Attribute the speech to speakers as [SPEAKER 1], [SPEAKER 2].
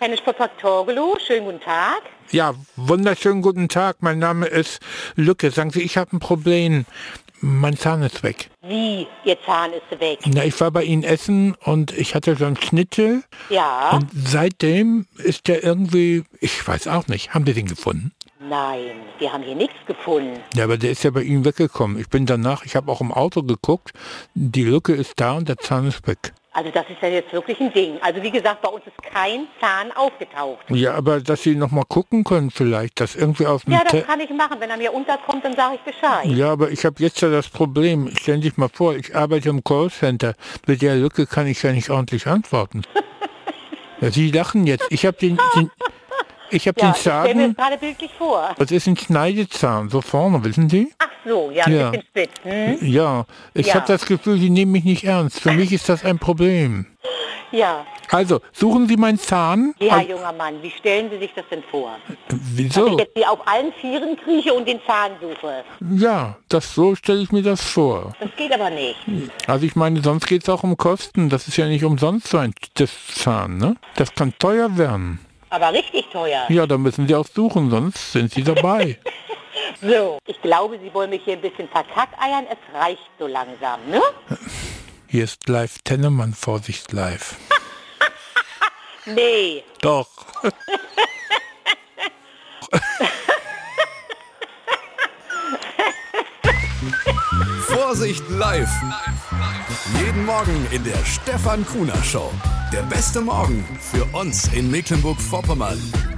[SPEAKER 1] Hennes Torgelo, schönen guten Tag.
[SPEAKER 2] Ja, wunderschönen guten Tag. Mein Name ist Lücke. Sagen Sie, ich habe ein Problem. Mein Zahn ist weg.
[SPEAKER 1] Wie, Ihr Zahn ist weg?
[SPEAKER 2] Na, ich war bei Ihnen essen und ich hatte so einen Schnittel.
[SPEAKER 1] Ja,
[SPEAKER 2] Und seitdem ist der irgendwie, ich weiß auch nicht, haben Sie den gefunden?
[SPEAKER 1] nein, wir haben hier nichts gefunden.
[SPEAKER 2] Ja, aber der ist ja bei Ihnen weggekommen. Ich bin danach, ich habe auch im Auto geguckt. Die Lücke ist da und der Zahn ist weg.
[SPEAKER 1] Also das ist ja jetzt wirklich ein Ding. Also wie gesagt, bei uns ist kein Zahn aufgetaucht.
[SPEAKER 2] Ja, aber dass Sie noch mal gucken können vielleicht, dass irgendwie auf dem
[SPEAKER 1] Ja, das
[SPEAKER 2] Te-
[SPEAKER 1] kann ich machen. Wenn er mir unterkommt, dann sage ich Bescheid.
[SPEAKER 2] Ja, aber ich habe jetzt ja das Problem. Stellen Sie sich mal vor, ich arbeite im Callcenter. Mit der Lücke kann ich ja nicht ordentlich antworten. ja, Sie lachen jetzt. Ich habe den, den, ich habe
[SPEAKER 1] Ja,
[SPEAKER 2] den
[SPEAKER 1] ich stelle mir das
[SPEAKER 2] Zahn.
[SPEAKER 1] gerade bildlich vor.
[SPEAKER 2] Das ist ein Schneidezahn, so vorne, wissen Sie?
[SPEAKER 1] Ach so, ja, ein
[SPEAKER 2] Ja.
[SPEAKER 1] bisschen spitz. Hm?
[SPEAKER 2] Ja, ich
[SPEAKER 1] Ja.
[SPEAKER 2] habe das Gefühl, Sie nehmen mich nicht ernst. Für mich ist das ein Problem.
[SPEAKER 1] Ja.
[SPEAKER 2] Also, suchen Sie meinen Zahn?
[SPEAKER 1] Ja,
[SPEAKER 2] Also,
[SPEAKER 1] junger Mann, wie stellen Sie sich das denn vor?
[SPEAKER 2] Oh.
[SPEAKER 1] Dass ich
[SPEAKER 2] wieso?
[SPEAKER 1] jetzt hier auf allen Vieren krieche und den Zahn suche.
[SPEAKER 2] Ja, das so stelle ich mir das vor.
[SPEAKER 1] Das geht aber nicht.
[SPEAKER 2] Also ich meine, sonst geht es auch um Kosten. Das ist ja nicht umsonst so ein das Zahn, ne? Das kann teuer werden.
[SPEAKER 1] Aber richtig teuer.
[SPEAKER 2] Ja, da müssen Sie auch suchen, sonst sind Sie dabei.
[SPEAKER 1] So, ich glaube, Sie wollen mich hier ein bisschen verkackeiern. Es reicht so langsam, ne?
[SPEAKER 2] Hier ist live Tennemann, Vorsicht live.
[SPEAKER 1] Nee.
[SPEAKER 2] Doch.
[SPEAKER 3] Vorsicht live. Jeden Morgen in der Stefan Kuhner Show. Der beste Morgen für uns in Mecklenburg-Vorpommern.